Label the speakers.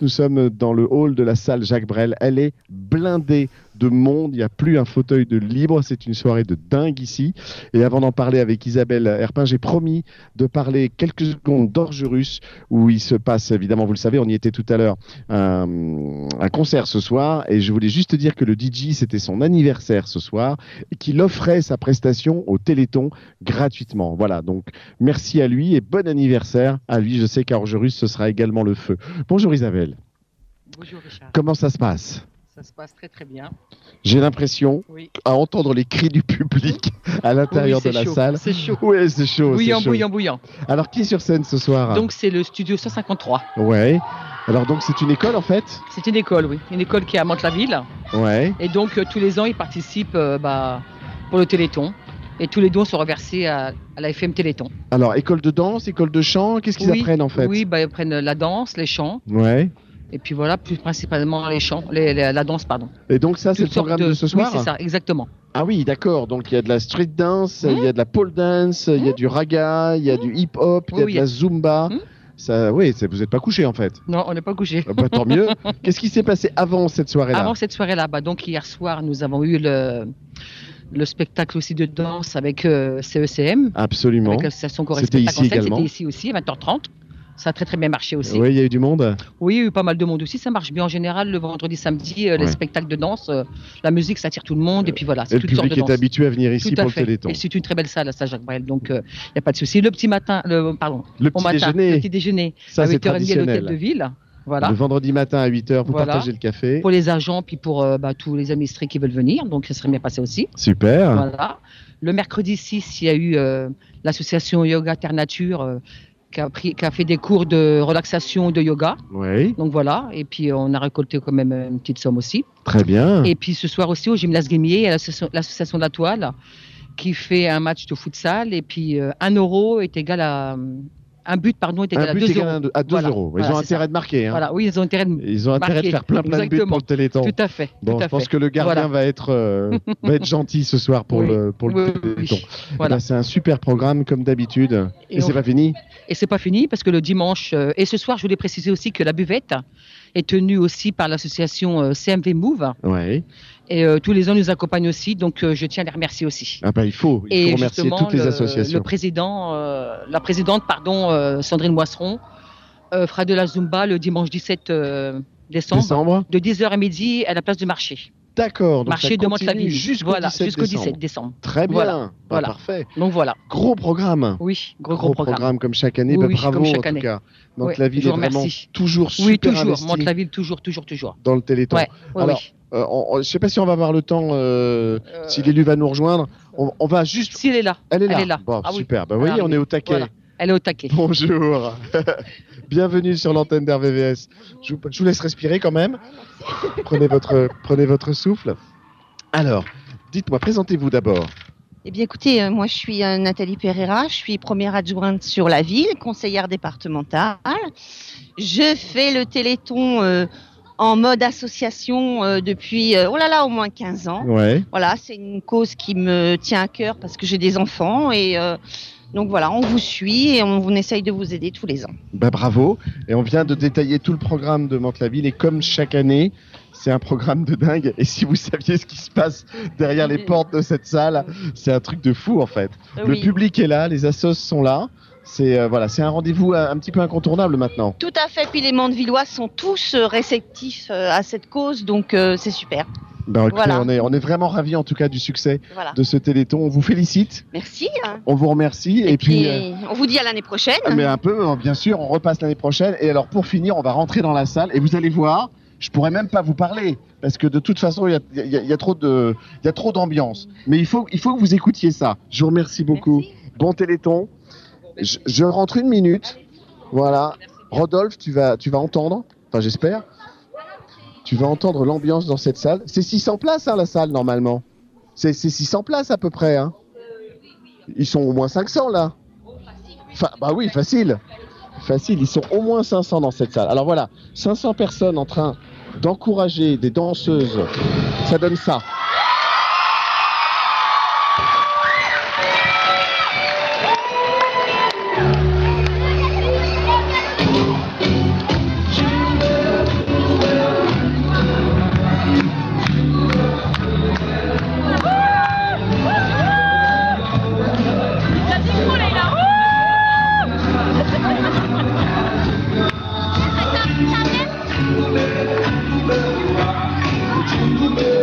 Speaker 1: Nous sommes dans le hall de la salle Jacques Brel. Elle est blindée de monde. Il n'y a plus un fauteuil de libre. C'est une soirée de dingue ici. Et avant d'en parler avec Isabelle Herpin, j'ai promis de parler quelques secondes d'Orgerus, où il se passe, évidemment, vous le savez, on y était tout à l'heure, un, un concert ce soir. Et je voulais juste dire que le DJ, c'était son anniversaire ce soir, et qu'il offrait sa prestation au Téléthon gratuitement. Voilà, donc merci à lui et bon anniversaire à lui. Je sais qu'Orgerus, ce sera également le feu. Bonjour Isabelle.
Speaker 2: Bonjour Richard.
Speaker 1: Comment ça se passe
Speaker 2: ça se passe très très bien.
Speaker 1: J'ai l'impression
Speaker 2: Oui.
Speaker 1: à entendre les cris du public à l'intérieur
Speaker 2: Oui, c'est
Speaker 1: de la
Speaker 2: chaud,
Speaker 1: salle.
Speaker 2: C'est chaud.
Speaker 1: Ouais, c'est chaud. c'est
Speaker 2: Bouillant,
Speaker 1: chaud. Ah.
Speaker 2: bouillant, bouillant.
Speaker 1: Alors, qui est sur scène ce soir
Speaker 2: Donc c'est le studio 153.
Speaker 1: Ouais. Alors, donc, c'est une école en fait
Speaker 2: C'est une école, oui. Une école qui est à Mantes-la-Ville.
Speaker 1: Ouais.
Speaker 2: Et donc euh, tous les ans, ils participent euh, bah, pour le Téléthon. Et tous les dons sont reversés à, à la FM Téléthon.
Speaker 1: Alors, école de danse, école de chant, qu'est-ce qu'ils
Speaker 2: Oui,
Speaker 1: apprennent en fait
Speaker 2: Oui, bah, ils prennent la danse, les chants.
Speaker 1: Ouais.
Speaker 2: Et puis voilà, plus principalement les chants, les- les- la danse, pardon.
Speaker 1: Et donc, ça, c'est le
Speaker 2: Toutes sortes
Speaker 1: programme de... ce soir
Speaker 2: Oui, c'est ça, exactement.
Speaker 1: Ah oui, d'accord. Donc, il y a de la street dance, il
Speaker 2: Mmh.
Speaker 1: y a de la pole dance, il y a du raga, il y a du hip hop, il y a
Speaker 2: Oui,
Speaker 1: de la zumba.
Speaker 2: Hmm
Speaker 1: Ça, oui, c'est- vous n'êtes pas couché en fait.
Speaker 2: Non, on n'est pas couché.
Speaker 1: Ah bah, tant mieux. Qu'est-ce qui s'est passé avant cette soirée-là
Speaker 2: Avant cette soirée-là, bah, donc hier soir, nous avons eu le, le spectacle aussi de danse avec euh, CECM,
Speaker 1: Absolument.
Speaker 2: avec l'association Corée
Speaker 1: C'était
Speaker 2: Spectacle en
Speaker 1: ici
Speaker 2: scène.
Speaker 1: également.
Speaker 2: C'était ici aussi, à 20h30. Ça a très très bien marché aussi.
Speaker 1: Oui, il y a eu du monde.
Speaker 2: Oui, il y a eu pas mal de monde aussi. Ça marche bien en général le vendredi, samedi, euh, les
Speaker 1: Ouais.
Speaker 2: spectacles de danse, euh, la musique, ça attire tout le monde. Et puis voilà,
Speaker 1: Et
Speaker 2: c'est
Speaker 1: le
Speaker 2: toutes sortes de
Speaker 1: public est
Speaker 2: danses.
Speaker 1: habitué à venir
Speaker 2: Tout
Speaker 1: ici
Speaker 2: à
Speaker 1: pour
Speaker 2: fait.
Speaker 1: le Téléthon.
Speaker 2: Et c'est une très belle salle, ça, Jacques Brel. Donc, euh, il n'y a pas de souci. Le petit matin, le, pardon,
Speaker 1: Le
Speaker 2: au
Speaker 1: petit
Speaker 2: matin,
Speaker 1: déjeuner,
Speaker 2: le petit déjeuner
Speaker 1: ça
Speaker 2: à
Speaker 1: c'est
Speaker 2: 8h30 à l'hôtel de
Speaker 1: traditionnel.
Speaker 2: ville. Voilà.
Speaker 1: Le vendredi matin à 8h, vous
Speaker 2: Voilà.
Speaker 1: partagez le café.
Speaker 2: pour les agents, puis pour euh, bah, tous les administrés qui veulent venir. Donc, ça serait bien passé aussi.
Speaker 1: Super.
Speaker 2: Voilà. Le mercredi 6, il y a eu euh, l'association Yoga Terre Nature euh, qui, a pris, qui a fait des cours de relaxation de yoga.
Speaker 1: Oui,
Speaker 2: Donc voilà. Et puis, euh, on a récolté quand même une petite somme aussi.
Speaker 1: très bien.
Speaker 2: Et puis, ce soir aussi, au Gymnase Guémier, il y a l'association- l'association de la toile qui fait un match de futsal. Et puis, euh, un euro est égal à. Un but, pardon, est égal
Speaker 1: un
Speaker 2: à 2
Speaker 1: but égal
Speaker 2: euros.
Speaker 1: à deux- à 2
Speaker 2: Voilà,
Speaker 1: euros. Ils
Speaker 2: voilà,
Speaker 1: ont
Speaker 2: c'est
Speaker 1: intérêt
Speaker 2: ça.
Speaker 1: de marquer. hein.
Speaker 2: Voilà. Oui, ils ont intérêt de.
Speaker 1: Ils ont intérêt
Speaker 2: Marquer,
Speaker 1: de faire plein plein de buts
Speaker 2: exactement.
Speaker 1: pour le Téléthon.
Speaker 2: Tout à fait.
Speaker 1: Bon,
Speaker 2: tout à
Speaker 1: je pense
Speaker 2: fait.
Speaker 1: que le gardien
Speaker 2: Voilà.
Speaker 1: va être euh, va être gentil ce soir pour
Speaker 2: Oui.
Speaker 1: le pour le
Speaker 2: Oui, oui, oui.
Speaker 1: Téléthon. Eh
Speaker 2: Voilà.
Speaker 1: ben, c'est un super programme comme d'habitude. Et,
Speaker 2: Et on-
Speaker 1: c'est pas fini.
Speaker 2: Et c'est pas fini parce que le dimanche euh, et ce soir, je voulais préciser aussi que la buvette est tenue aussi par l'association euh, CMV Move
Speaker 1: Ouais.
Speaker 2: et euh, tous les ans nous accompagnent aussi. Donc euh, je tiens à les remercier aussi.
Speaker 1: Ah bah il faut, il
Speaker 2: et
Speaker 1: faut remercier
Speaker 2: justement,
Speaker 1: toutes les
Speaker 2: le-
Speaker 1: associations.
Speaker 2: Le président, euh, la présidente, pardon, euh, Sandrine Moisseron, euh, fera de la zumba le dimanche 17 euh, décembre.
Speaker 1: Décembre.
Speaker 2: De 10h à midi à la place du marché.
Speaker 1: D'accord. Donc
Speaker 2: marché
Speaker 1: ça
Speaker 2: de Mantes-la-Ville.
Speaker 1: continue jusqu'au
Speaker 2: Voilà,
Speaker 1: 17
Speaker 2: jusqu'au
Speaker 1: décembre.
Speaker 2: 17 décembre.
Speaker 1: Très bien.
Speaker 2: Voilà,
Speaker 1: Bah,
Speaker 2: voilà.
Speaker 1: Parfait.
Speaker 2: Donc voilà.
Speaker 1: Gros programme.
Speaker 2: Oui, gros,
Speaker 1: Gros,
Speaker 2: gros,
Speaker 1: programme. comme chaque année.
Speaker 2: Oui,
Speaker 1: Bah,
Speaker 2: oui,
Speaker 1: bravo
Speaker 2: comme chaque
Speaker 1: en tout
Speaker 2: année.
Speaker 1: cas. Donc
Speaker 2: Ouais,
Speaker 1: la ville
Speaker 2: je
Speaker 1: est
Speaker 2: vous
Speaker 1: vraiment
Speaker 2: remercie.
Speaker 1: toujours super
Speaker 2: Oui, toujours.
Speaker 1: investie
Speaker 2: Mantes-la-Ville, toujours, toujours, toujours.
Speaker 1: dans le Téléthon.
Speaker 2: Ouais, oui,
Speaker 1: Alors,
Speaker 2: oui.
Speaker 1: Euh, on- on- je sais pas si on va avoir le temps, euh,
Speaker 2: Euh,
Speaker 1: si l'élu va nous rejoindre. On, on va juste.
Speaker 2: S'il est là.
Speaker 1: Elle est là.
Speaker 2: elle est là.
Speaker 1: Bon,
Speaker 2: Ah oui.
Speaker 1: super. Bah,
Speaker 2: Elle
Speaker 1: vous voyez,
Speaker 2: est
Speaker 1: on est au taquet.
Speaker 2: Voilà. Elle est au taquet.
Speaker 1: Bonjour. Bienvenue sur l'antenne d'RVVS. Je vous, je vous laisse respirer quand même. prenez, votre, prenez votre souffle. Alors, dites-moi, présentez-vous d'abord.
Speaker 3: Eh bien, écoutez, euh, moi, je suis euh, Nathalie Pereira, je suis première adjointe sur la ville, conseillère départementale. Je fais le Téléthon euh, en mode association euh, depuis, euh, oh là là, au moins 15 ans.
Speaker 1: Ouais.
Speaker 3: Voilà, c'est une cause qui me tient à cœur parce que j'ai des enfants et euh, donc voilà, on vous suit et on, on essaye de vous aider tous les ans.
Speaker 1: Bah, bravo. Et on vient de détailler tout le programme de Mantes-la-Ville. Et comme chaque année, c'est un programme de dingue. Et si vous saviez ce qui se passe derrière les portes de cette salle, c'est un truc de fou en fait. Le
Speaker 3: Oui.
Speaker 1: public est là, les assos sont là. C'est euh, voilà, c'est un rendez-vous un, un petit peu incontournable maintenant.
Speaker 3: Tout à fait, puis les Mandevillois sont tous euh, réceptifs euh, à cette cause, donc euh, c'est super.
Speaker 1: Ben, écoutez,
Speaker 3: Voilà.
Speaker 1: on, est, on est vraiment ravis en tout cas du succès
Speaker 3: Voilà,
Speaker 1: de ce Téléthon. On vous félicite,
Speaker 3: merci. hein.
Speaker 1: on vous remercie et,
Speaker 3: Et,
Speaker 1: puis,
Speaker 3: puis,
Speaker 1: euh,
Speaker 3: on vous dit à l'année prochaine.
Speaker 1: mais un peu euh, bien sûr, on repasse l'année prochaine. Et alors pour finir, on va rentrer dans la salle et vous allez voir, je pourrais même pas vous parler parce que de toute façon il y a, il y a- il y a trop de il y a trop d'ambiance. Mais il faut il faut que vous écoutiez ça. Je vous remercie beaucoup.
Speaker 3: Merci.
Speaker 1: Bon Téléthon. Je, je rentre une minute. Voilà. Rodolphe, tu vas, tu vas entendre, enfin j'espère, tu vas entendre l'ambiance dans cette salle. C'est 600 places, hein, la salle, normalement. C'est c'est 600 places à peu près. Hein. Ils sont au moins 500 là. Fa- bah oui, facile. Facile, ils sont au moins 500 dans cette salle. Alors voilà, 500 personnes en train d'encourager des danseuses. Ça donne ça.
Speaker 4: Je veux Jingle bells.